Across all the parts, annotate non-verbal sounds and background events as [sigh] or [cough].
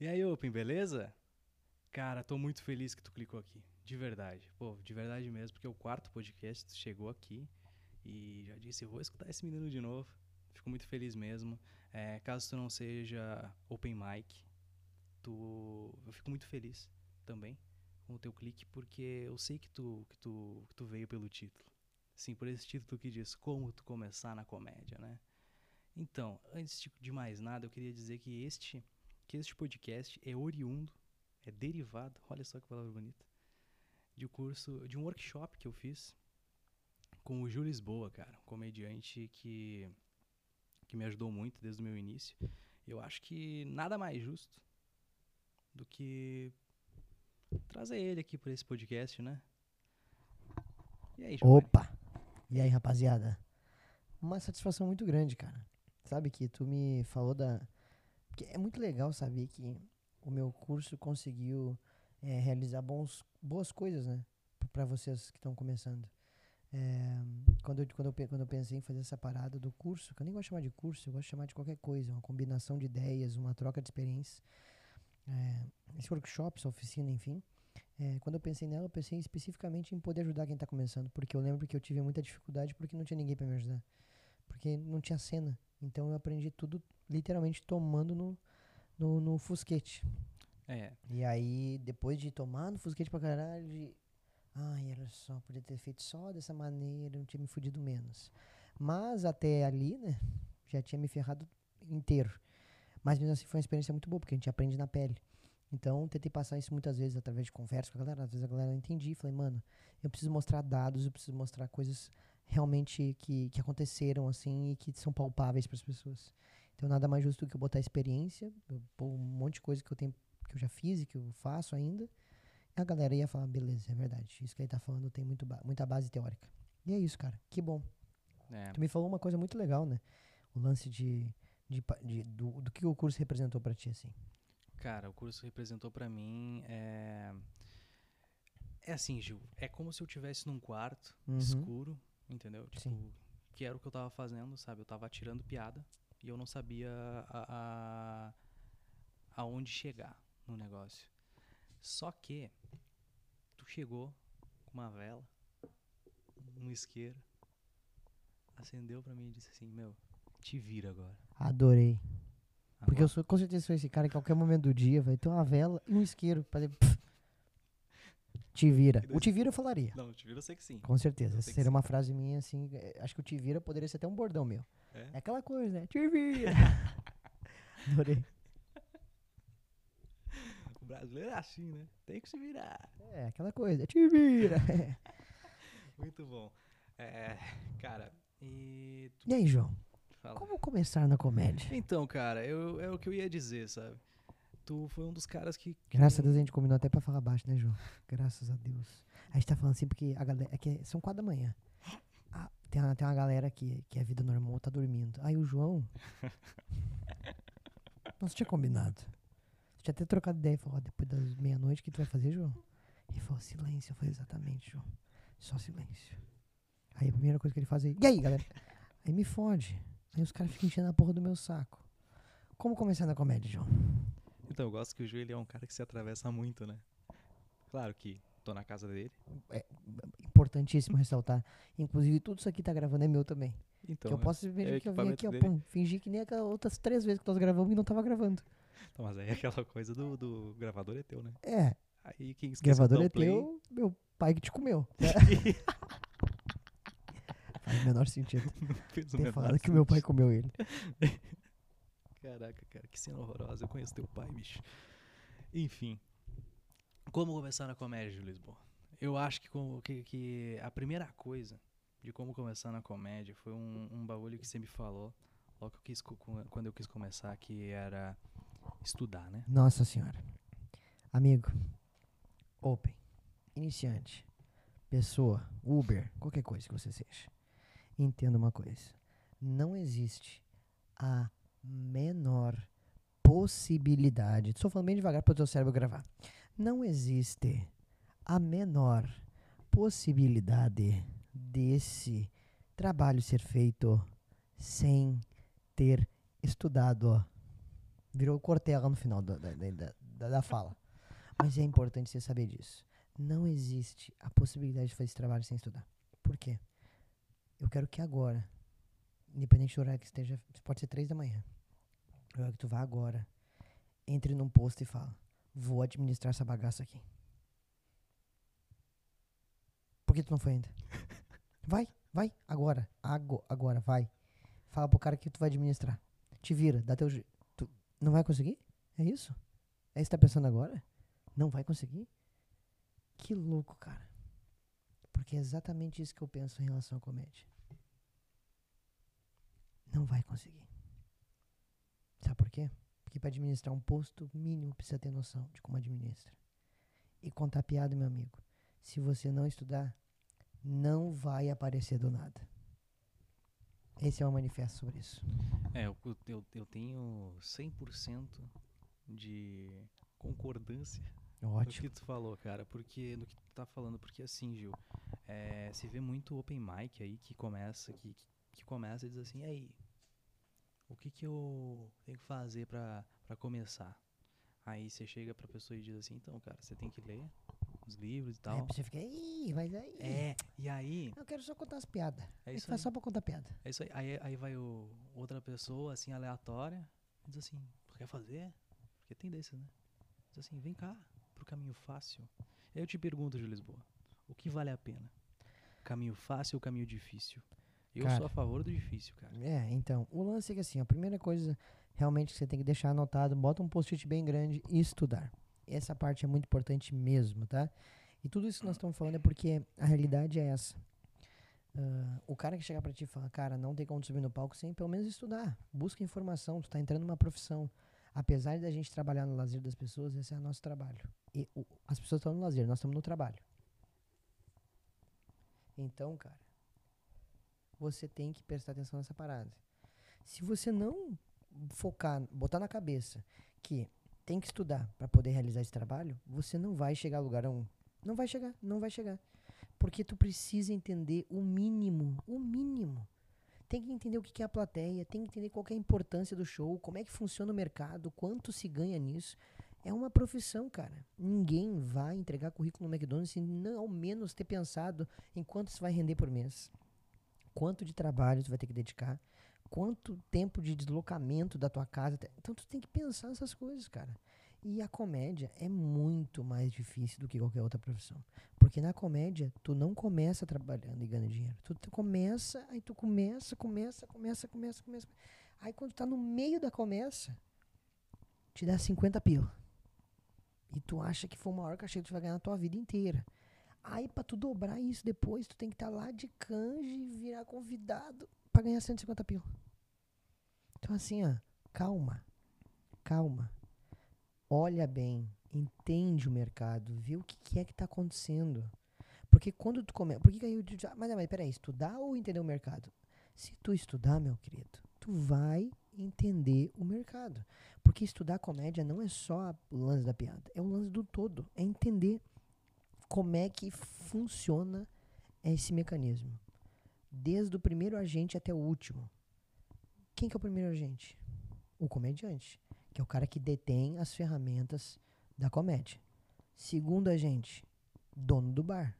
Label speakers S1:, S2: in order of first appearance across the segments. S1: E aí, Open, beleza? Cara, tô muito feliz que tu clicou aqui. De verdade. Pô, de verdade mesmo, porque o quarto podcast tu chegou aqui e já disse, eu vou escutar esse menino de novo. Fico muito feliz mesmo. É, caso tu não seja Open Mic, tu... eu fico muito feliz também com o teu clique, porque eu sei que tu, que tu, que tu veio pelo título. Sim, por esse título que diz Como Tu Começar na Comédia, né? Então, antes de mais nada, eu queria dizer que este, que este podcast é oriundo, é derivado, olha só que palavra bonita, de um curso, de um workshop que eu fiz com o Júlio Lisboa, cara, um comediante que, que me ajudou muito desde o meu início. Eu acho que nada mais justo do que trazer ele aqui para esse podcast, né? E aí, Giovanni?
S2: Opa! E aí, rapaziada? Uma satisfação muito grande, cara. Sabe que tu me falou da. Porque é muito legal saber que o meu curso conseguiu eh, realizar bons, boas coisas, né? P- Pra vocês que estão começando. Eh, quando, eu, quando, eu, pe- quando eu pensei em fazer essa parada do curso, que eu nem gosto de chamar de curso, eu gosto de chamar de qualquer coisa, uma combinação de ideias, uma troca de experiências, eh, esse workshop, essa oficina, enfim. É, quando eu pensei nela, eu pensei especificamente em poder ajudar quem tá começando, porque eu lembro que eu tive muita dificuldade porque não tinha ninguém para me ajudar. Porque não tinha cena. Então eu aprendi tudo literalmente tomando no, no, no fusquete.
S1: É,
S2: E aí, depois de tomar no fusquete pra caralho, de. Ai, olha só, podia ter feito só dessa maneira, não tinha me fudido menos. Mas até ali, né, já tinha me ferrado inteiro. Mas mesmo assim foi uma experiência muito boa, porque a gente aprende na pele. Então, tentei passar isso muitas vezes através de conversa com a galera. Às vezes a galera não entendia e falei, mano, eu preciso mostrar dados, eu preciso mostrar coisas realmente que, que aconteceram, assim, e que são palpáveis para as pessoas. Então, nada mais justo do que eu botar experiência, eu pôr um monte de coisa que eu tenho que eu já fiz e que eu faço ainda. E a galera ia falar, beleza, é verdade. Isso que ele tá falando tem muito ba- muita base teórica. E é isso, cara. Que bom.
S1: é.
S2: Tu me falou uma coisa muito legal, né? O lance de, de, pa- de- do, do que o curso representou pra ti, assim.
S1: Cara, o curso representou pra mim é é assim, Gil, é como se eu tivesse num quarto
S2: Uhum.
S1: escuro, entendeu? Tipo,
S2: Sim.
S1: que era o que eu tava fazendo, sabe? Eu tava tirando piada e eu não sabia a, a, aonde chegar no negócio. Só que tu chegou com uma vela, um isqueiro, acendeu pra mim e disse assim, meu, te vira agora.
S2: Adorei. Porque
S1: Agora
S2: eu sou, com certeza sou esse cara que a qualquer momento do dia vai ter uma vela e um isqueiro. Pra ele... Te vira. O te vira eu falaria.
S1: Não, te vira eu sei que sim.
S2: Com certeza.
S1: Eu
S2: Essa
S1: sei Então que
S2: seria
S1: sim.
S2: uma frase minha, assim. eh, Acho que o te vira poderia ser até um bordão meu.
S1: É?
S2: É aquela coisa, né? Te vira. [laughs] Adorei.
S1: O brasileiro é assim, né? Tem que se virar.
S2: É aquela coisa. Te vira. [laughs]
S1: Muito bom. É, cara, e tu
S2: E aí, João?
S1: fala.
S2: Como começar na comédia?
S1: Então, cara, eu, é o que eu ia dizer, sabe? Tu foi um dos caras que. que
S2: Graças a
S1: me-
S2: Deus a gente combinou até pra falar baixo, né, João? Graças a Deus. A gente tá falando assim porque a galera. É que são quatro da manhã. Ah, tem, uma, tem uma galera que, que é vida normal, tá dormindo. Aí o João. Nossa, tinha combinado. Você tinha até trocado ideia e falou: ó, depois das meia-noite, o que tu vai fazer, João? Ele falou: silêncio. Eu falei: exatamente, João. Só silêncio. Aí a primeira coisa que ele faz é: e aí, galera? Aí me fode. Aí os caras ficam enchendo a porra do meu saco. Como começar na comédia, João?
S1: Então, eu gosto que o Ju ele é um cara que se atravessa muito, né? Claro que tô na casa dele.
S2: importantíssimo ressaltar. Inclusive, tudo isso aqui tá gravando é meu também.
S1: Então,
S2: que eu
S1: né?
S2: posso simplesmente
S1: é
S2: que eu vim aqui,
S1: equipamento
S2: ó,
S1: dele.
S2: pum, fingir que nem aquelas outras três vezes que nós gravamos e não tava gravando.
S1: Então, mas aí é aquela coisa do, do gravador é teu, né?
S2: É,
S1: Aí quem esquece
S2: gravador é teu, meu pai que te comeu. né?
S1: [laughs]
S2: Faz o menor sentido
S1: Fez o
S2: ter
S1: menor
S2: falado que o meu pai
S1: sentido.
S2: comeu ele.
S1: Caraca, cara, que cena horrorosa. Eu conheço teu pai, bicho. Enfim. Como começar na comédia, Júlio Lisboa? Eu acho que, como, que, que a primeira coisa de como começar na comédia foi um, um bagulho que você me falou logo que eu quis, co- co- quando eu quis começar, que era estudar, né?
S2: Nossa senhora. Amigo, open, iniciante, pessoa, Uber, qualquer coisa que você seja. Entenda uma coisa. Não existe a menor possibilidade. Estou falando bem devagar para o teu cérebro gravar. Não existe a menor possibilidade desse trabalho ser feito sem ter estudado Virou Cortella no final da, da, da, da, da fala. Mas é importante você saber disso. Não existe a possibilidade de fazer esse trabalho sem estudar. Por quê? Eu quero que agora, independente do horário que esteja, pode ser três da manhã, eu quero que tu vá agora, entre num posto e fala, vou administrar essa bagaça aqui. Por que tu não foi ainda? Vai, vai, agora, ago, agora, vai. Fala pro cara que tu vai administrar. Te vira, dá teu... je- Tu não vai conseguir? É isso? É isso que tá pensando agora? Não vai conseguir? Que louco, cara. Porque é exatamente isso que eu penso em relação à comédia. Não vai conseguir. Sabe por quê? Porque para administrar um posto mínimo precisa ter noção de como administra. E contar piada, meu amigo. Se você não estudar, não vai aparecer do nada. Esse é um manifesto sobre isso.
S1: É, eu, eu- eu, eu tenho 100% de concordância
S2: Ótimo.
S1: no que tu falou, cara, porque no que tu tá falando, porque assim, Gil, é, se vê muito open mic aí que começa, que, que começa e diz assim, e aí, o que que eu tenho que fazer pra, pra começar? Aí você chega pra pessoa e diz assim, então, cara, você tem que ler os livros e
S2: Aí a
S1: tal.
S2: pessoa fica, ih, mas aí.
S1: Então É, e aí,
S2: Eu quero só contar as piadas.
S1: é
S2: É
S1: isso
S2: faz
S1: aí.
S2: só pra contar piada.
S1: É isso aí. Aí, aí vai o- outra pessoa, assim, aleatória, e diz assim, tu quer fazer? Porque tem desses, né? Diz assim, vem cá, pro caminho fácil. Aí eu te pergunto, Gil Lisboa, o que vale a pena? Caminho fácil ou caminho difícil? Eu
S2: Cara.
S1: sou a favor do difícil, cara.
S2: É, então, o lance é que assim, a primeira coisa realmente que você tem que deixar anotado, bota um post-it bem grande e estudar. Essa parte é muito importante mesmo, tá? E tudo isso que nós estamos falando é porque a realidade é essa. Ah, o cara que chegar pra ti e falar, cara, não tem como subir no palco sem pelo menos estudar. Busca informação, tu tá entrando numa profissão. Apesar da gente trabalhar no lazer das pessoas, esse é o nosso trabalho. E o- as pessoas estão no lazer, nós estamos no trabalho. Então, cara, você tem que prestar atenção nessa parada. Se você não focar, botar na cabeça que tem que estudar para poder realizar esse trabalho, você não vai chegar a lugar nenhum. Não vai chegar, não vai chegar. Porque tu precisa entender o mínimo, o mínimo. Tem que entender o que que é a plateia, tem que entender qual que é a importância do show, como é que funciona o mercado, quanto se ganha nisso. É uma profissão, cara. Ninguém vai entregar currículo no McDonald's sem não, ao menos ter pensado em quanto isso vai render por mês quanto de trabalho tu vai ter que dedicar, quanto tempo de deslocamento da tua casa. te- Então tu tem que pensar nessas coisas, cara. E a comédia é muito mais difícil do que qualquer outra profissão. Porque na comédia, tu não começa trabalhando e ganhando dinheiro. Tu, tu começa, aí tu começa, começa, começa, começa, começa. Aí quando tu tá no meio da começa, te dá 50 pila. E tu acha que foi o maior cachê que tu vai ganhar na tua vida inteira. Aí, pra tu dobrar isso depois, tu tem que estar lá de canje e virar convidado pra ganhar 150 pila. Então, assim, ó, calma. Calma. Olha bem. Entende o mercado. Vê o que, que é que tá acontecendo. Porque quando tu começa. Por que que aí eu digo, "Ah, mas, mas peraí, estudar ou entender o mercado? Se tu estudar, meu querido, tu vai entender o mercado. Porque estudar comédia não é só o lance da piada, é o lance do todo. É entender como é que funciona esse mecanismo. Desde o primeiro agente até o último. Quem que é o primeiro agente? O comediante, que é o cara que detém as ferramentas da comédia. Segundo agente, dono do bar.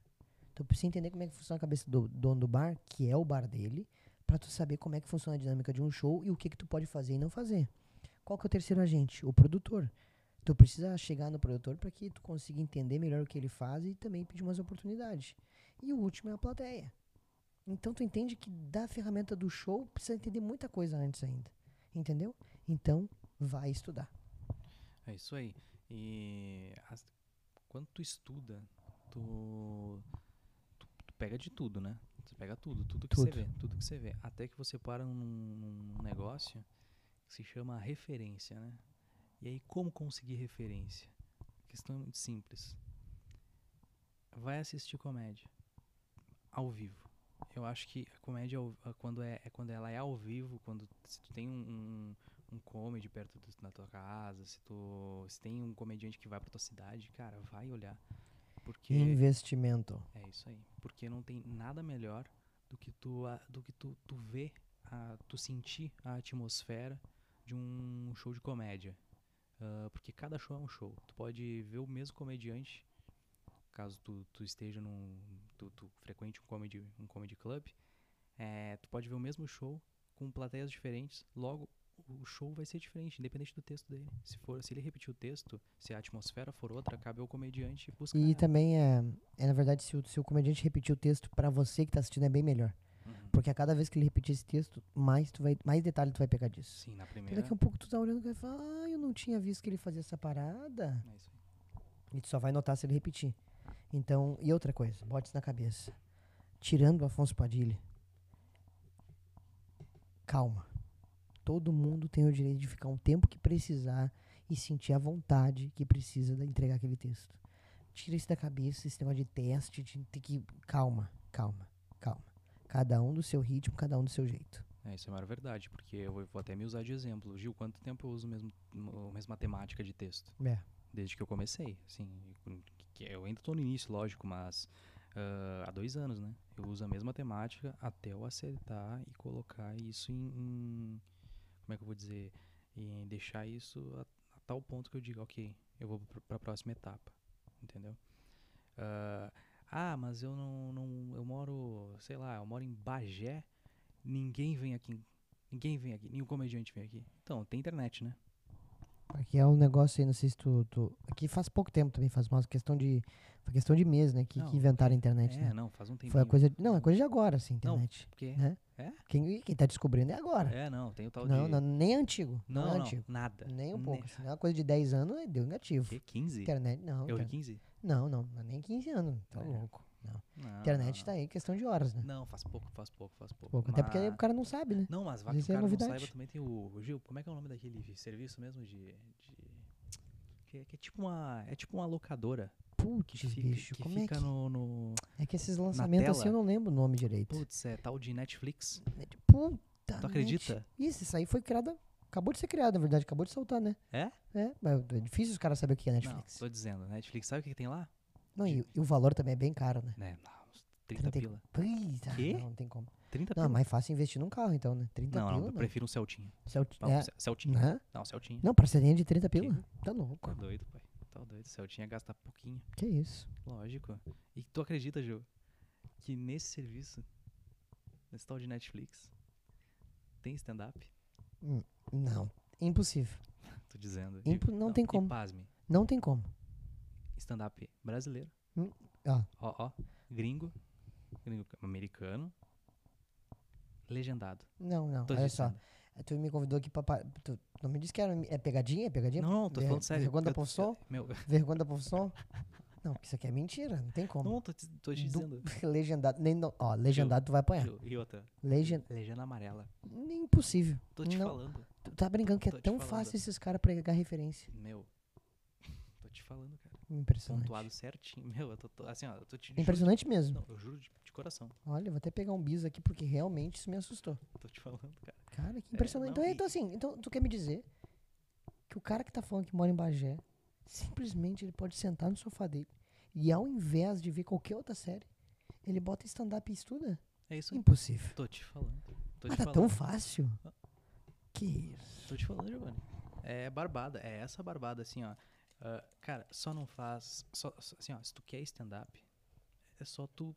S2: Então precisa entender como é que funciona a cabeça do dono do bar, que é o bar dele, para tu saber como é que funciona a dinâmica de um show e o que que tu pode fazer e não fazer. Qual que é o terceiro agente? O produtor. Tu precisa chegar no produtor para que tu consiga entender melhor o que ele faz e também pedir umas oportunidades. E o último é a plateia. Então tu entende que da ferramenta do show precisa entender muita coisa antes ainda. Entendeu? Então vai estudar.
S1: É isso aí. E as- quando tu estuda, tu, tu, tu pega de tudo, né? Você pega tudo, tudo que você
S2: Tudo.
S1: vê, tudo que você vê. Até que você para num, num negócio que se chama referência, né? E aí, como conseguir referência? A questão é muito simples. Vai assistir comédia ao vivo. Eu acho que a comédia ao- a- quando é, é quando ela é ao vivo, quando se tu tem um, um, um comedy perto do- da tua casa, se tu se tem um comediante que vai pra tua cidade, cara, vai olhar. Porque
S2: Investimento.
S1: é isso aí. Porque não tem nada melhor do que tu a- do que tu, tu ver, a, tu sentir a atmosfera, de um show de comédia. Ah, porque cada show é um show. Tu pode ver o mesmo comediante, caso tu, tu esteja num. Tu, tu frequente um comedy, um comedy club. eh, tu pode ver o mesmo show com plateias diferentes. Logo, o show vai ser diferente, independente do texto dele. Se for, se ele repetir o texto, se a atmosfera for outra, cabe ao comediante buscar.
S2: E também é, é, na verdade, se o, se o comediante repetir o texto pra você que tá assistindo é bem melhor.
S1: Uhum.
S2: Porque a cada vez que ele repetir esse texto, mais, tu vai, mais detalhe tu vai pegar disso.
S1: Sim, né? na
S2: Então,
S1: primeira.
S2: daqui a um pouco tu tá olhando e vai falar, ah, eu não tinha visto que ele fazia essa parada.
S1: É isso aí.
S2: E tu só vai notar se ele repetir. Então, e outra coisa, bote isso na cabeça. Tirando o Afonso Padilha, calma. Todo mundo tem o direito de ficar um tempo que precisar e sentir a vontade que precisa de entregar aquele texto. Tira isso da cabeça, esse negócio de teste, de ter que. Calma, calma, calma. Cada um do seu ritmo, cada um do seu jeito.
S1: É, isso é uma verdade, porque eu vou- vou até me usar de exemplo. Gil, quanto tempo eu uso o mesmo, a mesma temática de texto?
S2: É.
S1: desde que eu comecei, assim, com- que eu ainda tô no início, lógico, mas ah, há dois anos, né? Eu uso a mesma temática até eu acertar e colocar isso em, em- como é que eu vou dizer, em deixar isso a, a tal ponto que eu diga, ok, eu vou para a próxima etapa, entendeu? Ah, ah, mas eu não, não, eu moro, sei lá, eu moro em Bagé, ninguém vem aqui, ninguém vem aqui, nenhum comediante vem aqui. Então, tem internet, né?
S2: Aqui é um negócio aí, não sei se tu, tu- Aqui faz pouco tempo também, faz uma questão de. Foi questão de mês, né? Que, que
S1: Não,
S2: inventaram a
S1: É,
S2: internet, né?
S1: não, faz um tempinho.
S2: Foi a coisa. Não, é coisa de agora, assim,
S1: Não,
S2: internet.
S1: porque
S2: né?
S1: é?
S2: Quem, quem tá descobrindo é agora.
S1: É, não, tem o tal
S2: não,
S1: de.
S2: não, nem é antigo. Não,
S1: não,
S2: é
S1: não,
S2: antigo.
S1: nada.
S2: Nem um
S1: Ne-
S2: pouco. Assim, não é uma coisa de 10 anos, é, deu negativo.
S1: Que 15?
S2: Internet, não.
S1: Eu vi
S2: internet-
S1: 15?
S2: Não, não, não é nem 15 anos. Tá
S1: É.
S2: louco.
S1: Não,
S2: Internet
S1: não,
S2: tá aí, questão de horas, né?
S1: não. Não, faz pouco, faz pouco, faz pouco.
S2: Pouco. Até porque aí o
S1: Mas-
S2: cara não sabe, né?
S1: Não, mas
S2: às
S1: vai que o
S2: vezes é
S1: cara não
S2: novidade.
S1: saiba também tem o. o Gil, como é que é o nome daquele serviço mesmo de. de- Que, é, que é tipo uma. É tipo uma locadora. Que
S2: Putz,
S1: fica,
S2: bicho,
S1: que
S2: como
S1: fica
S2: é que.
S1: no. no-
S2: É que esses lançamentos assim eu
S1: tela.
S2: não lembro o nome direito. É
S1: Putz, é tal de Netflix.
S2: Puta. net.
S1: Tu acredita?
S2: Isso, isso aí foi criada. Acabou de ser criado, na verdade, acabou de soltar, né?
S1: É?
S2: É, mas é difícil os caras saberem o que é Netflix.
S1: Não, tô dizendo, Netflix, sabe o que, que tem lá?
S2: Não, e, e o valor também é bem caro, né?
S1: Né, não, uns 30
S2: Trinta e-
S1: pila.
S2: Puta,
S1: Quê?
S2: ah, Não, não tem como.
S1: 30
S2: Não,
S1: pila.
S2: mais fácil investir num carro, então, né? 30
S1: Não, não,
S2: pila,
S1: eu prefiro um Celtinha.
S2: Celt-
S1: Não, um
S2: é,
S1: Ce- Celtinha.
S2: né?
S1: Não, um Celtinha.
S2: Não, parcelinha de 30 pila? Tá
S1: Tá
S2: louco.
S1: doido, pai. Tá doido. Celtinha gasta pouquinho.
S2: Que isso?
S1: Lógico. E tu acredita, Ju, que nesse serviço, nesse tal de Netflix, tem stand-up?
S2: Não. Impossível.
S1: Tô dizendo.
S2: Impo- não tem como.
S1: E pasme.
S2: Não tem como.
S1: Stand-up brasileiro.
S2: Hum, ó.
S1: Ó, ó. Gringo. Gringo americano. Legendado.
S2: Não, não.
S1: Tô
S2: Olha
S1: dizendo.
S2: só. É, Tu me convidou aqui pra. pa- Tu não me disse que era. É pegadinha? É pegadinha?
S1: Não, não, tô
S2: Ver-
S1: falando sério.
S2: Vergonha da
S1: Eu- eu-
S2: profissão?
S1: Meu,
S2: Vergonha da profissão? Não, que isso aqui é mentira. Não tem como.
S1: não, tô te, tô te
S2: Du-
S1: dizendo.
S2: [laughs] Legendado. Nem, não- ó, legendado tu vai apanhar.
S1: Ju, E outra.
S2: Legend...
S1: Legenda amarela.
S2: nem Impossível.
S1: Tô te
S2: Não.
S1: falando.
S2: Tu tá brincando que é
S1: Tô te
S2: tão
S1: falando.
S2: fácil esses caras pregar referência.
S1: Meu. Tô te falando, cara.
S2: Impressionante.
S1: Pontuado certinho. [laughs] Meu, eu tô, tô- assim, ó. Eu tô te. juro-
S2: Impressionante mesmo.
S1: Não, eu juro de, de coração.
S2: Olha, vou até pegar um bis aqui porque realmente isso me assustou.
S1: Tô te falando, cara.
S2: Cara, que
S1: É,
S2: impressionante.
S1: não,
S2: então, é,
S1: e-
S2: então, assim, então, tu quer me dizer que o cara que tá falando que mora em Bagé, simplesmente ele pode sentar no sofá dele e ao invés de ver qualquer outra série, ele bota stand-up e estuda?
S1: É isso aí.
S2: Impossível.
S1: Tô te falando. Tô
S2: Ah,
S1: te Ah.
S2: tá
S1: falando.
S2: tão fácil? Que isso?
S1: Tô te falando, Giovanni. É barbada. É essa barbada, assim, ó. Ah, cara, só não faz. Só, só- assim, ó. Se tu quer stand-up, é só tu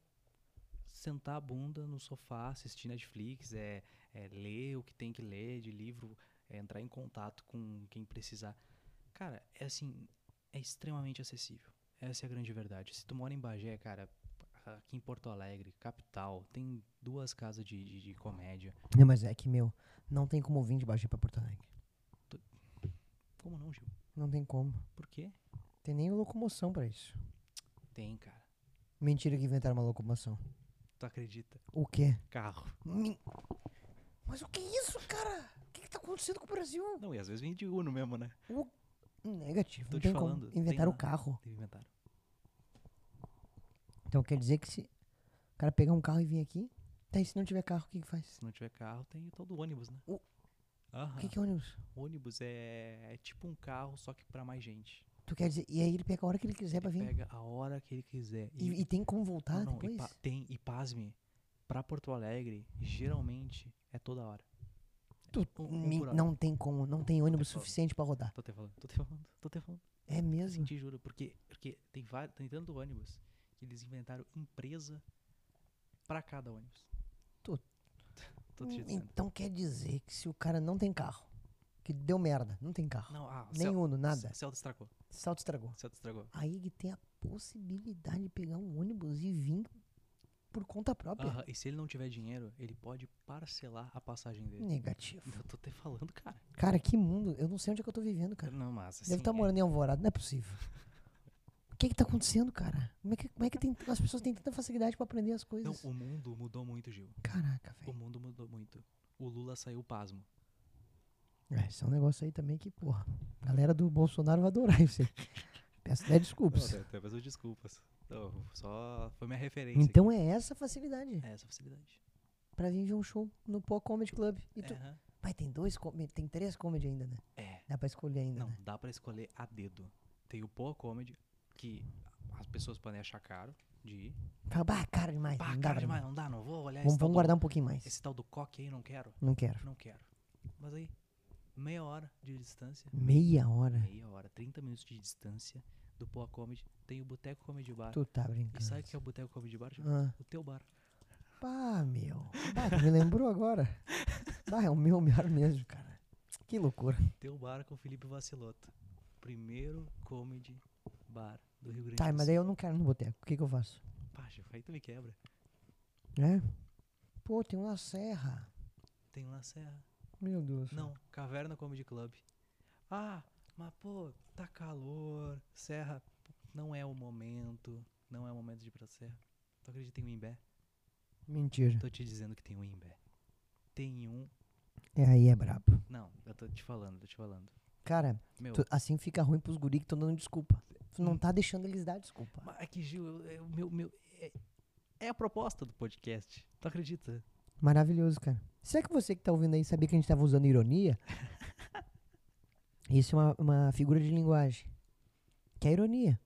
S1: sentar a bunda no sofá, assistir Netflix, é, é ler o que tem que ler de livro, é entrar em contato com quem precisar. Cara, é assim. É extremamente acessível. Essa é a grande verdade. Se tu mora em Bagé, cara. Aqui em Porto Alegre, capital, tem duas casas de- de- de comédia.
S2: Não, mas é que, meu, não tem como vir de Bagé pra Porto Alegre.
S1: Como não, Gil?
S2: Não tem como.
S1: Por quê?
S2: Tem nem locomoção pra isso.
S1: Tem, cara.
S2: Mentira que inventaram uma locomoção.
S1: Tu acredita?
S2: O quê?
S1: Carro.
S2: Min- Mas o que é isso, cara? O que, que tá acontecendo com o Brasil?
S1: Não, e às vezes vem de Uno mesmo, né?
S2: Negativo.
S1: Tô
S2: não
S1: te
S2: tem como.
S1: falando, tem
S2: Inventaram o
S1: lá.
S2: carro.
S1: Eles inventaram.
S2: Então quer dizer que se o cara pegar um carro e vir aqui, tá, e se não tiver carro, o que, que faz?
S1: Se não tiver carro, tem o tal do ônibus, né?
S2: O-
S1: Aham.
S2: O que, que é ônibus?
S1: Ônibus é... é tipo um carro, só que pra mais gente.
S2: Tu quer dizer, e aí ele pega a hora que ele quiser pra
S1: ele
S2: vir.
S1: pega a hora que ele quiser. Ah,
S2: E, e tem como voltar
S1: não, não, e
S2: depois?
S1: pa- tem, e pasme, pra Porto Alegre, geralmente é toda hora.
S2: Tu
S1: Um- um
S2: me-
S1: por hora.
S2: não tem como, não tem ônibus
S1: Pessoal.
S2: suficiente pra rodar.
S1: Tô te falando, tô te falando, tô te falando.
S2: É
S1: Assim,
S2: mesmo?
S1: te juro, porque, porque tem, va- tem tanto ônibus que eles inventaram empresa pra cada ônibus.
S2: Tô-
S1: [laughs] Tô te dizendo.
S2: Então quer dizer que se o cara não tem carro, que deu merda, não tem carro,
S1: Não, ah, o
S2: nem
S1: Celta-
S2: Uno, nada,
S1: Celta estragou.
S2: salto estragou.
S1: Celta estragou.
S2: Aí ele tem a possibilidade de pegar um ônibus e vir por conta própria.
S1: Aham, e se ele não tiver dinheiro, ele pode parcelar a passagem dele.
S2: Negativo.
S1: Eu tô te falando, cara.
S2: Cara, que mundo. Eu não sei onde é que eu tô vivendo, cara.
S1: Não, mas assim.
S2: Devo estar
S1: é-
S2: morando em Alvorada, não é possível. O que que tá acontecendo, cara? Como é que, como é que tem- as pessoas têm tanta facilidade pra aprender as
S1: Não,
S2: coisas?
S1: o mundo mudou muito, Gil.
S2: Caraca,
S1: O
S2: velho.
S1: mundo mudou muito. O Lula saiu pasmo.
S2: É, isso é um negócio aí também que, porra, a galera do Bolsonaro vai adorar isso aí. [laughs] Peço até
S1: Não, é
S2: desculpas.
S1: até- até peço desculpas. Não, só foi minha referência.
S2: Então é essa a facilidade
S1: É essa facilidade.
S2: pra vir ver um show no Pó Comedy Club. E tu...
S1: Aham.
S2: Vai, tem dois, come- tem três comedy ainda, né?
S1: É.
S2: Dá pra escolher ainda,
S1: Não,
S2: né?
S1: dá pra escolher a dedo. Tem o Poa Comedy, que as pessoas podem achar caro de ir.
S2: Fala, bah, cara demais.
S1: Pá,
S2: É, não dá
S1: caro
S2: pra mim.
S1: demais, não dá, não vou olhar
S2: Vamos,
S1: esse tal
S2: vamos
S1: do-
S2: guardar um pouquinho mais.
S1: Esse tal do coque aí, não quero.
S2: Não quero.
S1: Não quero. Mas aí, meia hora de distância,
S2: Meia hora.
S1: meia hora, 30 minutos de distância do Poa Comedy, tem o Boteco Comedy Bar.
S2: Tu tá brincando.
S1: E sabe o que é o Boteco Comedy Bar? Ju?
S2: Ah.
S1: O teu bar.
S2: Pá, meu. Bah, tu me lembrou [laughs] agora. Bah, é o meu melhor mesmo, cara. Que loucura.
S1: Teu bar com o Felipe Vaciloto. Primeiro comedy bar do Rio Grande
S2: Tá,
S1: do
S2: mas
S1: Sul.
S2: daí eu não quero ir no boteco. O que, que eu faço?
S1: Pá, Gil, aí tu me quebra.
S2: É? Pô, tem uma serra.
S1: Tem lá Serra.
S2: Meu Deus.
S1: Não, Caverna Comedy Club. Ah, mas pô, tá calor. Serra, pô, não é o momento. Não é o momento de ir pra Serra. Tu acredita em Imbé?
S2: Mentira.
S1: Tô te dizendo que tem um Imbé. Tem um.
S2: É, aí é brabo.
S1: Não, eu tô te falando, tô te falando.
S2: Cara,
S1: Meu.
S2: tu- assim fica ruim pros guri que estão dando desculpa. Tu não
S1: Hum.
S2: tá deixando eles dar desculpa.
S1: Mas é que, Gil, eu- eu- meu, meu, é, é a proposta do podcast. Tu acredita?
S2: Maravilhoso, cara. Será que você que tá ouvindo aí sabia que a gente tava usando ironia? Isso é uma, uma figura de linguagem. Que é a ironia.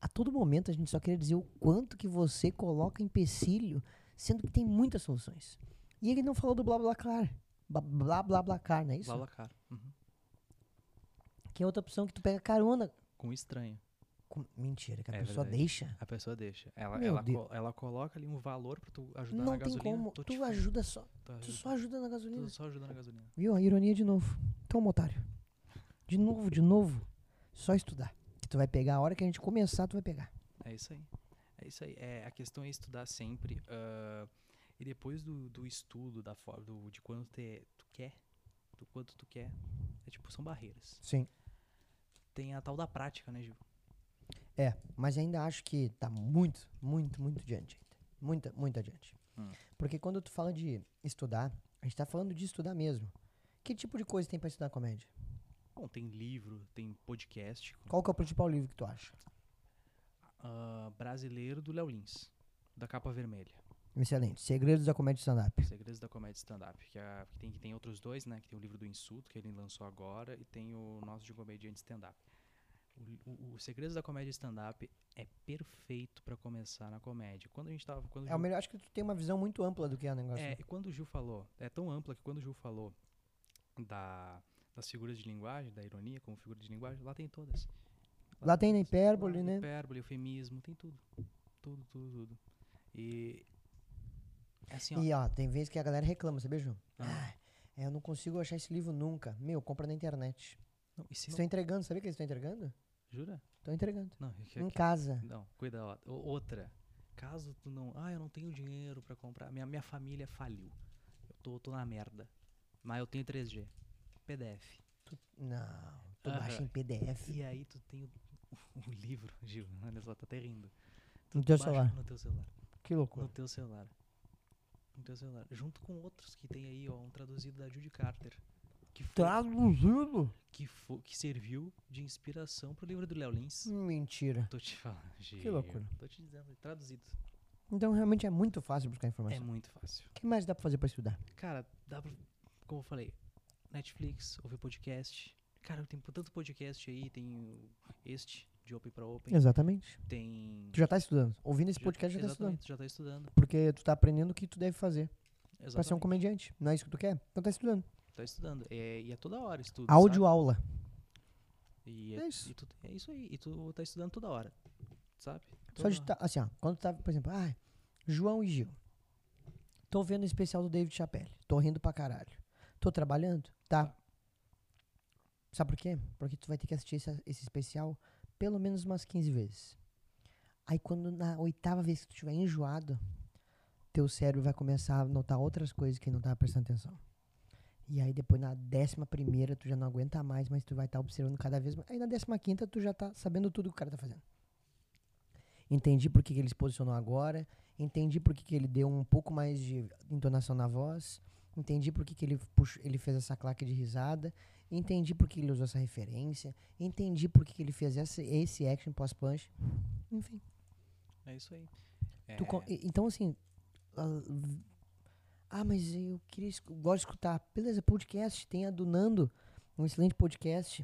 S2: A todo momento a gente só queria dizer o quanto que você coloca empecilho, sendo que tem muitas soluções. E ele não falou do blá blá car. Blá blá blá car, não é isso?
S1: Blá, blá, cara. Uhum.
S2: Que é outra opção que tu pega carona.
S1: Com um estranho.
S2: Com- Mentira, que a
S1: É
S2: pessoa
S1: verdade.
S2: deixa.
S1: A pessoa deixa. Ela,
S2: Meu
S1: ela,
S2: Deus.
S1: co- ela coloca ali um valor pra tu ajudar
S2: Não
S1: na
S2: tem
S1: gasolina.
S2: como.
S1: Tô te
S2: Tu
S1: fa-
S2: ajuda só.
S1: tô
S2: Tu
S1: ajuda-
S2: só ajuda na gasolina.
S1: tô só ajudando na gasolina.
S2: Viu? A ironia de novo. Toma, otário. De novo, de novo. Só estudar. Que tu vai pegar a hora que a gente começar, tu vai pegar.
S1: É isso aí. É isso aí. É, a questão é estudar sempre. ah, e depois do, do estudo, da forma, do, de quanto te- tu quer, do quanto tu quer, é tipo, são barreiras.
S2: Sim.
S1: Tem a tal da prática, né, Gil?
S2: É, mas ainda acho que tá muito, muito, muito adiante ainda. Muita, muito adiante.
S1: Hum.
S2: Porque quando tu fala de estudar, a gente tá falando de estudar mesmo. Que tipo de coisa tem pra estudar comédia?
S1: Bom, tem livro, tem podcast.
S2: Qual que é o principal livro que tu acha?
S1: ah, brasileiro do Léo Lins, da capa vermelha.
S2: Excelente. Segredos da comédia stand-up.
S1: Segredos da Comédia Stand-Up, que, é a- que tem, que tem outros dois, né? Que tem o livro do Insulto, que ele lançou agora, e tem o Nosso de um Comediante Stand-Up. O, li- o- o Segredos da Comédia Stand-Up é perfeito pra começar na comédia. Quando a gente tava. Quando o
S2: É o
S1: Gil-
S2: melhor, acho que tu tem uma visão muito ampla do que é o negócio.
S1: é, e quando o Gil falou, é tão ampla que quando o Gil falou da, das figuras de linguagem, da ironia como figura de linguagem, lá tem todas.
S2: Lá tem na hipérbole,
S1: Claro,
S2: né?
S1: Hipérbole, eufemismo, tem tudo. Tudo, tudo, tudo. E. é Assim, ó.
S2: E ó, tem vezes que a galera reclama, sabia, João?
S1: Ah.
S2: Ah, eu não consigo achar esse livro nunca. Meu, compra na internet.
S1: Não, e se
S2: Estão
S1: não-
S2: entregando, sabia que eles estão entregando?
S1: Jura?
S2: Estão entregando.
S1: Não, é que-
S2: em casa.
S1: Não, cuida. ó. O- Outra. Caso tu não. Ah, eu não tenho dinheiro pra comprar. Minha, minha família faliu. Eu tô, tô na merda. Mas eu tenho 3G. PDF.
S2: Não, tu
S1: Aham.
S2: baixa em PDF.
S1: E aí tu tem o, [laughs] o livro, Gil. Olha só, tá até rindo.
S2: No teu
S1: baixa
S2: celular.
S1: No teu celular.
S2: Que
S1: No
S2: loucura.
S1: teu celular. No teu celular. Junto com outros que tem aí, ó, um traduzido da Judy Carter. Que
S2: Tá.
S1: foi,
S2: Traduzido?
S1: que, fo- que serviu de inspiração pro livro do Léo Lins.
S2: Mentira.
S1: Tô te falando, Gil.
S2: loucura.
S1: Tô te dizendo, traduzido.
S2: Então realmente é muito fácil buscar
S1: É
S2: informação.
S1: muito fácil.
S2: O que mais dá pra fazer pra estudar?
S1: Cara, dá pra. Como eu falei, Netflix, ouvir podcast. Cara, tem tanto podcast aí, tem o- este de Open pra Open.
S2: Exatamente.
S1: Tem.
S2: Tu já tá estudando. Ouvindo esse podcast já tá estudando.
S1: exatamente, já tá estudando.
S2: Porque tu tá aprendendo o que tu deve fazer pra ser um
S1: Exatamente.
S2: comediante. Não é isso que tu quer? Então tá estudando.
S1: Tá estudando. É, e é toda hora estudo.
S2: Áudio aula.
S1: sabe? E é,
S2: É isso.
S1: e tu- é isso aí. E tu tá estudando toda hora. Sabe?
S2: Só
S1: Toda
S2: de tá, assim, ó, quando tava, por exemplo, ah, João e Gil. Tô vendo o especial do David Chapelle. Tô rindo pra caralho. Tô trabalhando? Tá. Sabe por quê? Porque tu vai ter que assistir esse, esse especial pelo menos umas 15 vezes. Aí quando na oitava vez que tu estiver enjoado, teu cérebro vai começar a notar outras coisas que não tava prestando atenção. E aí depois na décima primeira tu já não aguenta mais, mas tu vai estar observando cada vez mais. Aí na décima quinta tu já tá sabendo tudo que o cara tá fazendo. Entendi por que, que ele se posicionou agora. Entendi por que, que ele deu um pouco mais de entonação na voz. Entendi por que, que ele, puxo- ele fez essa claque de risada. Entendi por que ele usou essa referência. Entendi por que, que ele fez essa, esse action pós-punch. Enfim.
S1: É isso aí.
S2: tá- tu con-
S1: É,
S2: e- então, assim. ah, v- Ah, mas eu queria esc- gosto de escutar. Beleza, podcast. Tem a do Nando, um excelente podcast.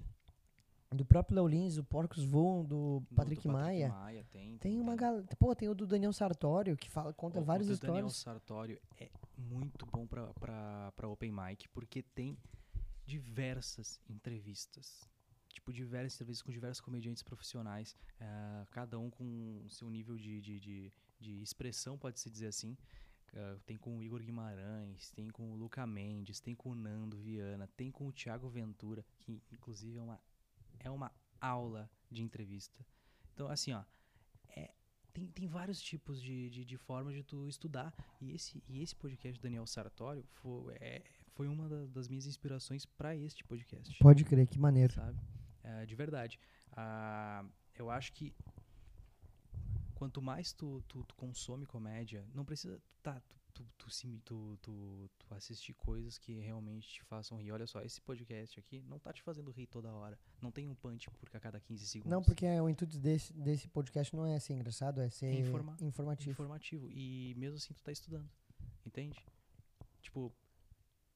S2: Do próprio Léo Lins, o Porcos Voam, do
S1: do- do
S2: Patrick, Maia.
S1: tem. um
S2: Tem uma galera. Pô, tem o do Daniel Sartório que fala, conta
S1: O-
S2: várias
S1: o do Daniel
S2: histórias.
S1: Sartório é muito bom pra, pra, pra Open Mic, porque tem diversas entrevistas. Tipo, diversas entrevistas com diversos comediantes profissionais, ah, cada um com o seu nível de, de, de, de expressão, pode-se dizer assim. Ah, tem com o Igor Guimarães, tem com o Luca Mendes, tem com o Nando Viana, tem com o Thiago Ventura, que inclusive é uma, é uma aula de entrevista. Então, assim, ó, tem, tem vários tipos de, de, de formas de tu estudar. E esse, e esse podcast do Daniel Sartório foi, é, foi uma da- das minhas inspirações para este podcast.
S2: Pode crer, que maneiro.
S1: Sabe? É, de verdade. Ah, eu acho que quanto mais tu, tu, tu consome comédia, não precisa. Tá, tu, tu, tu, se- tu, tu- tu assistir coisas que realmente te façam rir. Olha só, esse podcast aqui não tá te fazendo rir toda hora. Não tem um punch por a cada 15 segundos.
S2: Não, porque é, o intuito desse, desse podcast não é ser engraçado, é ser
S1: É informa-
S2: informativo.
S1: informativo. E mesmo assim tu tá estudando. Entende? Tipo,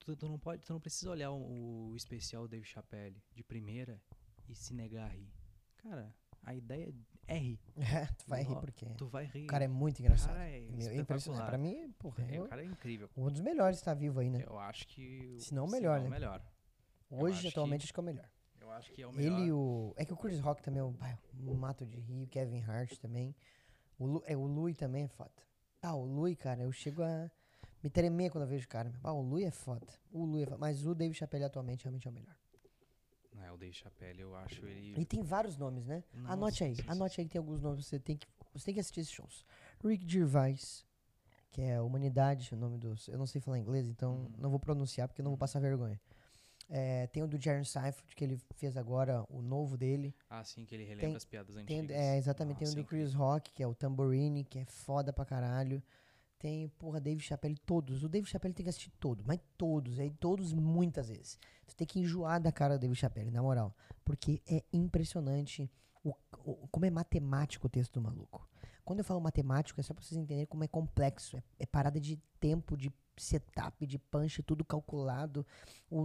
S1: tu, tu não pode, tu não precisa olhar o, o especial Dave Chappelle de primeira e se negar a rir. Cara, a ideia é rir.
S2: [laughs] É, tu vai rir
S1: Ó,
S2: porque
S1: Tu vai rir.
S2: o cara é muito engraçado.
S1: Cara, é
S2: Meu, é impressionante.
S1: espetacular.
S2: Pra mim, porra,
S1: É,
S2: eu-
S1: o cara é incrível.
S2: um dos melhores está vivo aí, né?
S1: Eu acho que.
S2: Se não o melhor,
S1: não
S2: né?
S1: o melhor. acho
S2: Hoje,
S1: que-
S2: atualmente, acho que é o melhor.
S1: Eu acho que é o melhor.
S2: Ele e o. É que o Chris Rock também é um pai, um mato de rio, Kevin Hart também. O, Lu, é, o Louis também é foda. Ah, o Louis, cara, eu chego a me tremer quando eu vejo o cara. meu. Ah, o Louis é foda. O Louis é foda. Mas o David Chapelle atualmente realmente é o melhor.
S1: Não, é o Dave Chappelle, eu acho
S2: E
S1: ele.
S2: tem vários nomes, né?
S1: Nossa,
S2: anote aí,
S1: sim, sim,
S2: anote aí que tem alguns nomes. Você tem que, você tem que assistir esses shows. Rick Gervais, que é Humanidade, o nome dos. Eu não sei falar inglês, então
S1: Uhum.
S2: não vou pronunciar porque eu não vou passar vergonha. É, tem o do Jaron Seifert, que ele fez agora o novo dele.
S1: Ah, sim, que ele relembra
S2: Tem-
S1: as piadas
S2: Tem,
S1: antigas.
S2: é, exatamente. tem
S1: Nossa,
S2: o do
S1: é incrível.
S2: Chris Rock, que é o Tamborini, que é foda pra caralho. Tem, porra, Dave Chappelle, todos. O Dave Chappelle tem que assistir todos, mas todos, aí todos muitas vezes. Tu tem que enjoar da cara do Dave Chappelle, na moral. Porque é impressionante o, o- como é matemático o texto do maluco. Quando eu falo matemático, é só pra vocês entenderem como é complexo. É, é parada de tempo, de setup, de punch, tudo calculado. O, o,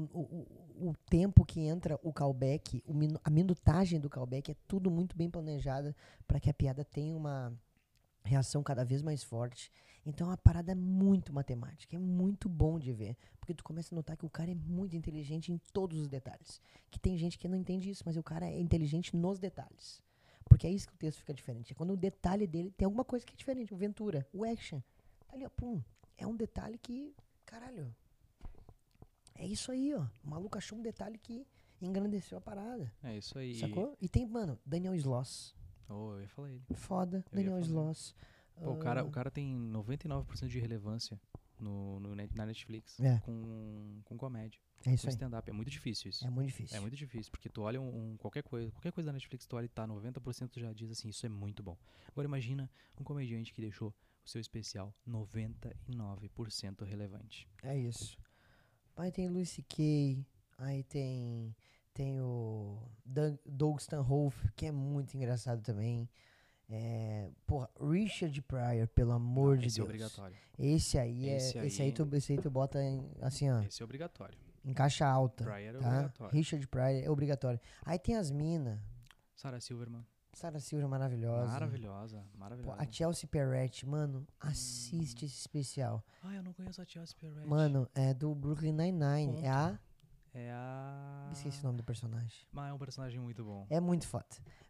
S2: o, o tempo que entra o callback, o minu- a minutagem do callback é tudo muito bem planejada para que a piada tenha uma reação cada vez mais forte. Então é uma parada muito matemática, é muito bom de ver, porque tu começa a notar que o cara é muito inteligente em todos os detalhes. Que tem gente que não entende isso, mas o cara é inteligente nos detalhes. Porque é isso que o texto fica diferente. É quando o detalhe dele tem alguma coisa que é diferente, o Ventura, o action. Tá ali, ó, pum. É um detalhe que, caralho. É isso aí, ó. O maluco achou um detalhe que engrandeceu a parada.
S1: É isso aí.
S2: Sacou? E tem, mano, Daniel Sloss.
S1: Oh, eu ia falar ele.
S2: Foda,
S1: Eu ia falar.
S2: Daniel Sloss.
S1: Pô, o cara,
S2: Ah,
S1: o cara tem 99% de relevância no, no net- na Netflix
S2: É.
S1: com, com comédia,
S2: É isso
S1: com
S2: aí.
S1: stand-up. É muito difícil isso.
S2: É muito difícil.
S1: É muito difícil, porque tu olha um, um- qualquer coisa, qualquer coisa da Netflix, tu olha e tá 90% tu já diz assim, isso é muito bom. Agora imagina um comediante que deixou o seu especial 99% relevante.
S2: É isso. Aí tem Luis C.K., aí tem, tem o Dan- Doug Stanhope, que é muito engraçado também. É, porra, Richard Pryor, pelo amor de
S1: Esse é
S2: Deus.
S1: obrigatório.
S2: Esse aí é. Esse
S1: Esse
S2: aí,
S1: aí-
S2: tu, esse aí tu bota em, assim, ó,
S1: Esse é obrigatório.
S2: em caixa alta.
S1: Pryor é
S2: tá?
S1: obrigatório.
S2: Richard Pryor é obrigatório. Aí tem as minas.
S1: Sarah Silverman,
S2: Sarah Silva é maravilhosa.
S1: maravilhosa,
S2: Pô,
S1: maravilhosa.
S2: a Chelsea Peretti, mano, assiste esse especial.
S1: Ah, eu não conheço a Chelsea Peretti.
S2: Mano, é do Brooklyn Nine-Nine. É a
S1: É a.
S2: Esqueci o nome do personagem.
S1: Mas é um personagem muito bom.
S2: É muito foda.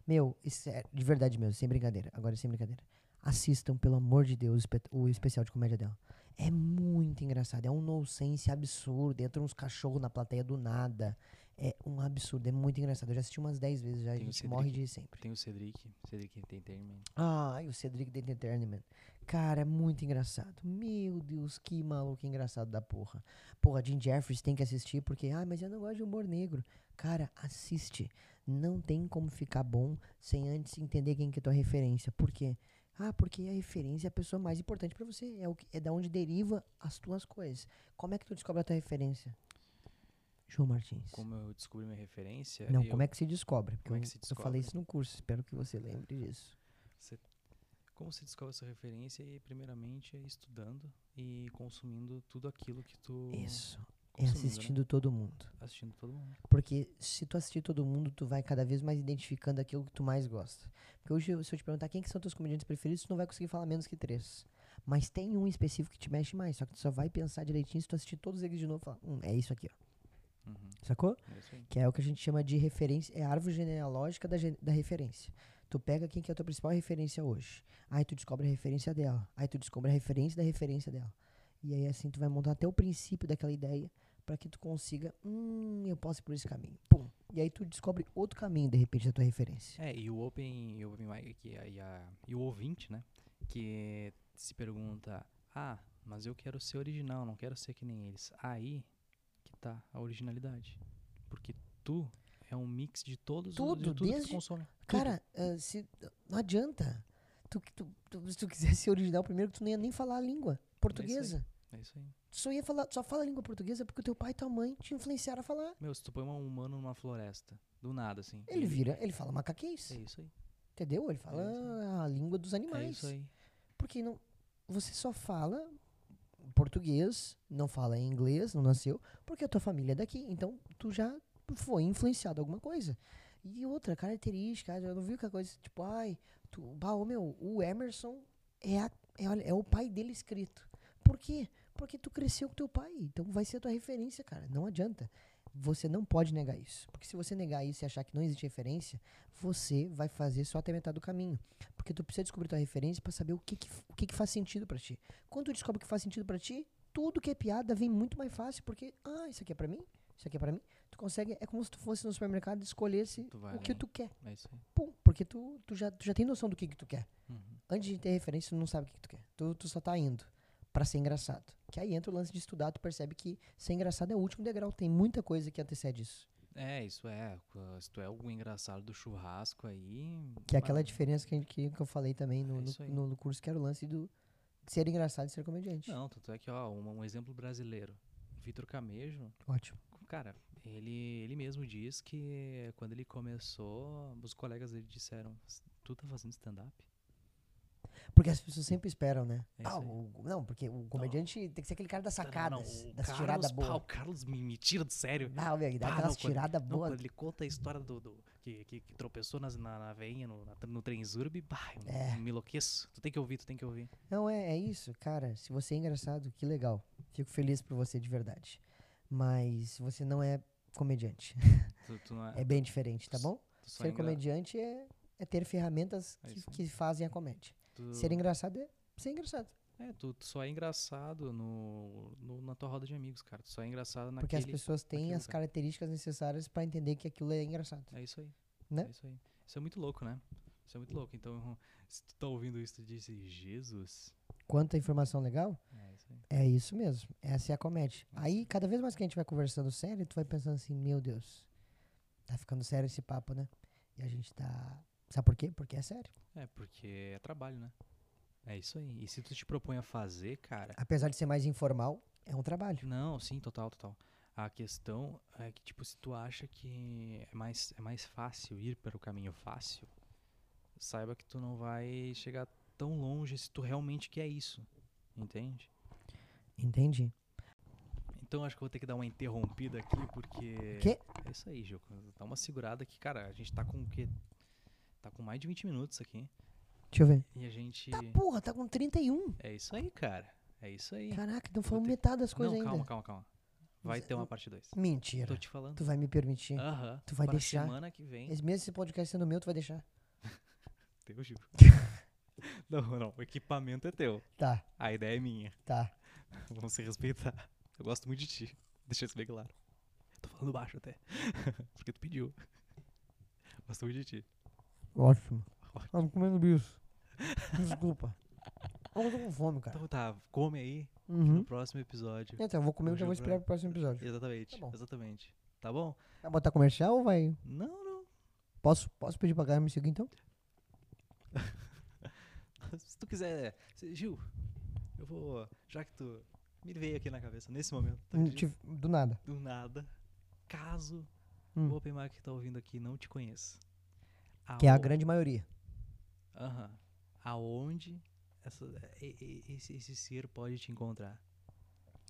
S2: Meu, isso é de verdade mesmo, sem brincadeira. Agora sem brincadeira. Assistam, pelo amor de Deus, o espe- o especial de comédia dela. É muito engraçado. É um nonsense absurdo. Entra uns cachorros na plateia do nada. É um absurdo. É muito engraçado. Eu já assisti umas 10 vezes já. A
S1: Tem o
S2: gente
S1: Cedric.
S2: morre de rir sempre.
S1: Tem o Cedric. Cedric Entertainment.
S2: Ai, o Cedric the Entertainment. Cara, é muito engraçado. Meu Deus, que maluco engraçado da porra. Porra, Jim Jeffries tem que assistir porque, ah, mas eu não gosto de humor negro. Cara, assiste. Não tem como ficar bom sem antes entender quem que é tua referência. Por quê? Ah, porque a referência é a pessoa mais importante pra você. É, o que, é da onde deriva as tuas coisas. Como é que tu descobre a tua referência? João Martins.
S1: Como eu descobri minha referência.
S2: não,
S1: eu-
S2: como é que se descobre? Porque
S1: Como é
S2: eu-
S1: que se
S2: Eu
S1: descobre?
S2: falei isso no curso, espero que você lembre disso.
S1: Você, como você descobre essa referência? E, primeiramente, é estudando e consumindo tudo aquilo que tu.
S2: Isso. É
S1: consumindo, né?
S2: assistindo todo mundo.
S1: Assistindo todo mundo.
S2: Porque se tu assistir todo mundo, tu vai cada vez mais identificando aquilo que tu mais gosta. Porque hoje, se eu te perguntar quem que são teus comediantes preferidos, tu não vai conseguir falar menos que três. Mas tem um específico que te mexe mais, só que tu só vai pensar direitinho se tu assistir todos eles de novo e falar, hum, é isso aqui, ó.
S1: Uhum.
S2: Sacou?
S1: É isso aí.
S2: Que é o que a gente chama de referência, é a árvore genealógica da, gen- da referência. Tu pega quem que é a tua principal referência hoje. Aí tu descobre a referência dela. Aí tu descobre a referência da referência dela. E aí assim tu vai montar até o princípio daquela ideia para que tu consiga, hum, eu posso ir por esse caminho. Pum. E aí tu descobre outro caminho de repente da tua referência.
S1: É, e o Open, e o open Mic aqui, e, a, e o ouvinte, né? Que se pergunta, ah, mas eu quero ser original, não quero ser que nem eles. Aí que tá a originalidade. Porque tu é um mix de todos
S2: Tudo,
S1: os, de tudo que
S2: desde-
S1: tu consome.
S2: Cara, ah, se não adianta. Tu, tu, tu, se tu quiser ser original primeiro, tu não ia nem falar a língua portuguesa.
S1: É isso aí.
S2: Tu só ia falar, só fala a língua portuguesa porque o teu pai e tua mãe te influenciaram a falar.
S1: Meu, se tu põe um humano numa floresta, do nada, assim.
S2: Ele vira, ele fala macaquês,
S1: É isso aí.
S2: entendeu? Ele fala
S1: É isso
S2: a língua dos
S1: É
S2: animais.
S1: isso aí.
S2: porque não, você só fala português, não fala em inglês, não nasceu, porque a tua família é daqui. Então, tu já foi influenciado em alguma coisa. E outra característica, eu não vi que a coisa, tipo, ai, tu, bah, ô, meu, o Emerson é, a- é, olha, é o pai dele escrito. Por quê? Porque tu cresceu com teu pai, então vai ser a tua referência, cara. Não adianta. Você não pode negar isso. Porque se você negar isso e achar que não existe referência, você vai fazer só até metade do caminho. Porque tu precisa descobrir tua referência pra saber o que, que, o que, que faz sentido pra ti. Quando tu descobre o que faz sentido pra ti, tudo que é piada vem muito mais fácil, porque, ah, isso aqui é pra mim, isso aqui é pra mim. Tu consegue, é como se tu fosse no supermercado e escolhesse
S1: Tu vai
S2: o que
S1: além.
S2: tu quer.
S1: É isso aí.
S2: Pum, porque tu, tu, já, tu já tem noção do que, que tu quer.
S1: Uhum.
S2: Antes de ter referência, tu não sabe o que, que tu quer. Tu, tu só tá indo pra ser engraçado. Que aí entra o lance de estudar, tu percebe que ser engraçado é o último degrau. Tem muita coisa que antecede isso.
S1: É, isso é. co- Se tu é o engraçado do churrasco aí.
S2: Que é
S1: mano,
S2: aquela diferença que, a gente- que, que eu falei também no,
S1: É
S2: no,
S1: isso aí.
S2: no- no curso, que era o lance do ser engraçado e ser comediante.
S1: Não, tanto é que, ó, um, um exemplo brasileiro. Vitor Camejo,
S2: Ótimo.
S1: cara, ele, ele mesmo diz que quando ele começou, os colegas dele disseram: "S- Tu tá fazendo stand-up?
S2: Porque as pessoas sempre esperam, né?
S1: É
S2: Ah,
S1: isso aí.
S2: o- não, porque o comediante tem que ser aquele cara das
S1: não,
S2: sacadas,
S1: o
S2: das
S1: Carlos,
S2: tiradas
S1: pá,
S2: boas.
S1: o Carlos me, me tira do sério.
S2: Ah, meu, e dá
S1: Pá,
S2: aquelas
S1: não, quando-
S2: tiradas
S1: Não,
S2: boas.
S1: quando ele conta a história do, do- que, que, que tropeçou nas, na, na veinha, no, na- no trem Zurb, bah, eu
S2: É.
S1: me enlouqueço. Tu tem que ouvir, tu tem que ouvir.
S2: Não, é, é isso, cara. Se você é engraçado, que legal. Fico feliz por você de verdade. Mas você não é comediante.
S1: Tu, tu não é,
S2: É bem diferente, tá
S1: tu-
S2: bom?
S1: tu só é
S2: Ser
S1: engra-
S2: comediante é, é ter ferramentas
S1: É
S2: que,
S1: isso aí.
S2: que fazem a comédia.
S1: tu-
S2: Ser engraçado é ser engraçado.
S1: É, tu, tu só é engraçado no, no- na tua roda de amigos, cara. Tu só é engraçado
S2: Porque
S1: naquele...
S2: as pessoas têm
S1: naquele
S2: as
S1: lugar.
S2: características necessárias pra entender que aquilo é engraçado.
S1: É isso aí.
S2: Né?
S1: É isso aí. Isso é muito louco, né? Isso é muito louco. Então, [laughs] se tu tá ouvindo isso, tu disse Jesus.
S2: Quanta informação legal.
S1: É isso aí.
S2: É isso mesmo. Essa é a comédia.
S1: Isso.
S2: Aí, cada vez mais que a gente vai conversando sério, tu vai pensando assim, meu Deus, tá ficando sério esse papo, né? E a gente tá. Sabe por quê? Porque é sério.
S1: É, porque é trabalho, né? É isso aí. E se tu te propõe a fazer, cara.
S2: Apesar de ser mais informal, é um trabalho.
S1: Não, sim, total, total. A questão é que, tipo, se tu acha que é mais, é mais fácil ir pelo caminho fácil, saiba que tu não vai chegar tão longe se tu realmente quer isso. Entende?
S2: Entendi.
S1: Então acho que eu vou ter que dar uma interrompida aqui, porque.
S2: Quê?
S1: É isso aí, Gil. Dá uma segurada aqui, cara. A gente tá com o quê? Tá com mais de 20 minutos aqui.
S2: Deixa eu ver.
S1: E a gente.
S2: Tá porra, tá com 31.
S1: É isso aí, cara. É isso aí.
S2: Caraca, não
S1: vou
S2: falamos
S1: ter-
S2: metade das coisas
S1: Não,
S2: ainda.
S1: calma, calma, calma. Vai ter uma parte 2. Tô Ah,
S2: Mentira.
S1: te falando.
S2: Tu vai me permitir.
S1: Aham.
S2: tu vai
S1: Para a
S2: deixar?
S1: semana que vem.
S2: Esse- Mesmo esse podcast sendo meu, tu vai deixar.
S1: Teu,
S2: [laughs]
S1: Gil. não, não. O equipamento é teu.
S2: Tá,
S1: A ideia é minha.
S2: tá.
S1: Vamos se respeitar. Eu gosto muito de ti. Deixa isso bem claro. Tô falando baixo até. [laughs] Porque tu pediu. Gosto muito de ti.
S2: Ótimo. Vamos
S1: [laughs]
S2: comendo bicho. Desculpa. Eu tô com fome, cara.
S1: Então tá, come aí
S2: Uhum.
S1: no próximo episódio.
S2: Então, eu vou comer
S1: No
S2: e já vou
S1: Gil
S2: esperar pro próximo episódio.
S1: Exatamente,
S2: Tá bom.
S1: exatamente. Tá bom?
S2: Vai botar comercial ou vai?
S1: Não, não. [laughs]
S2: Posso, posso pedir pra galera me seguir
S1: Tá,
S2: então?
S1: Se tu quiser. se- Gil, eu vou. Já que tu me veio aqui na cabeça nesse momento. tá,
S2: Hum,
S1: de-
S2: tive- Do nada.
S1: do nada. Caso
S2: Hum.
S1: o Open Mic que tá ouvindo aqui não te conheça.
S2: Que é a
S1: aon-
S2: grande maioria.
S1: Aham. Aonde essa- e- e- esse, esse ser pode te encontrar?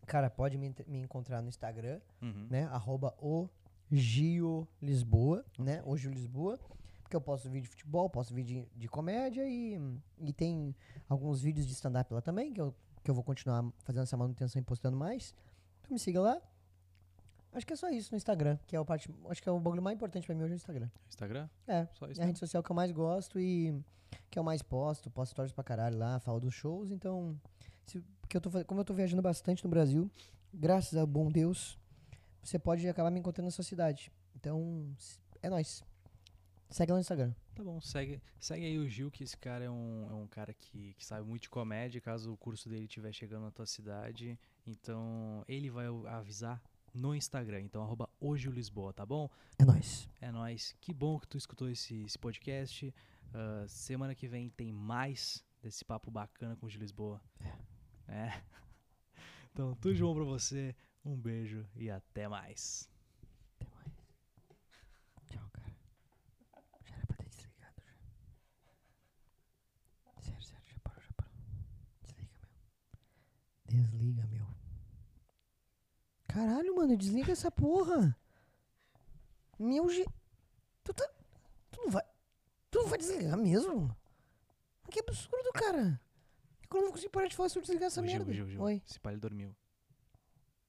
S2: Cara, pode me, ent- me encontrar no Instagram,
S1: Uhum.
S2: né? Arroba o Gio Lisboa, né? O Gio Lisboa. Porque eu posto vídeo de futebol, posto vídeo de, de comédia e, e tem alguns vídeos de stand-up lá também, que eu, que eu vou continuar fazendo essa manutenção e postando mais. Então me siga lá. Acho que é só isso no Instagram, que é o parte. Acho que é o bagulho mais importante pra mim hoje é o Instagram.
S1: Instagram?
S2: É,
S1: Só
S2: É a rede social que eu mais gosto e que eu mais posto. Posto stories pra caralho lá, falo dos shows. Então, se, porque eu tô, fa- como eu tô viajando bastante no Brasil, graças ao bom Deus, você pode acabar me encontrando na sua cidade. Então, s- é nóis. Segue lá no Instagram.
S1: Tá bom, segue, segue aí o Gil, que esse cara é um, é um cara que, que sabe muito de comédia. Caso o curso dele estiver chegando na tua cidade, então ele vai o- avisar no Instagram. Então, arroba o Gil Lisboa, tá bom?
S2: É nóis.
S1: É nóis. Que bom que tu escutou esse, esse podcast. Ah, semana que vem tem mais desse papo bacana com o Gil Lisboa. É. [laughs] Então, tudo de bom pra você. Um beijo e até mais.
S2: Tchau, cara. Já era pra ter desligado já. Sério, sério, já parou, já parou. Desliga, meu. Desliga, meu. Caralho, mano, desliga essa porra. Meu ge... Tu tá... Tu não vai... Tu não vai desligar mesmo? Que absurdo, cara. Agora eu não consigo parar de falar se eu desligar essa
S1: Ô, Gil,
S2: merda.
S1: Gil, Gil,
S2: Oi.
S1: Esse pai ele dormiu.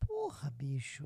S2: Porra, bicho.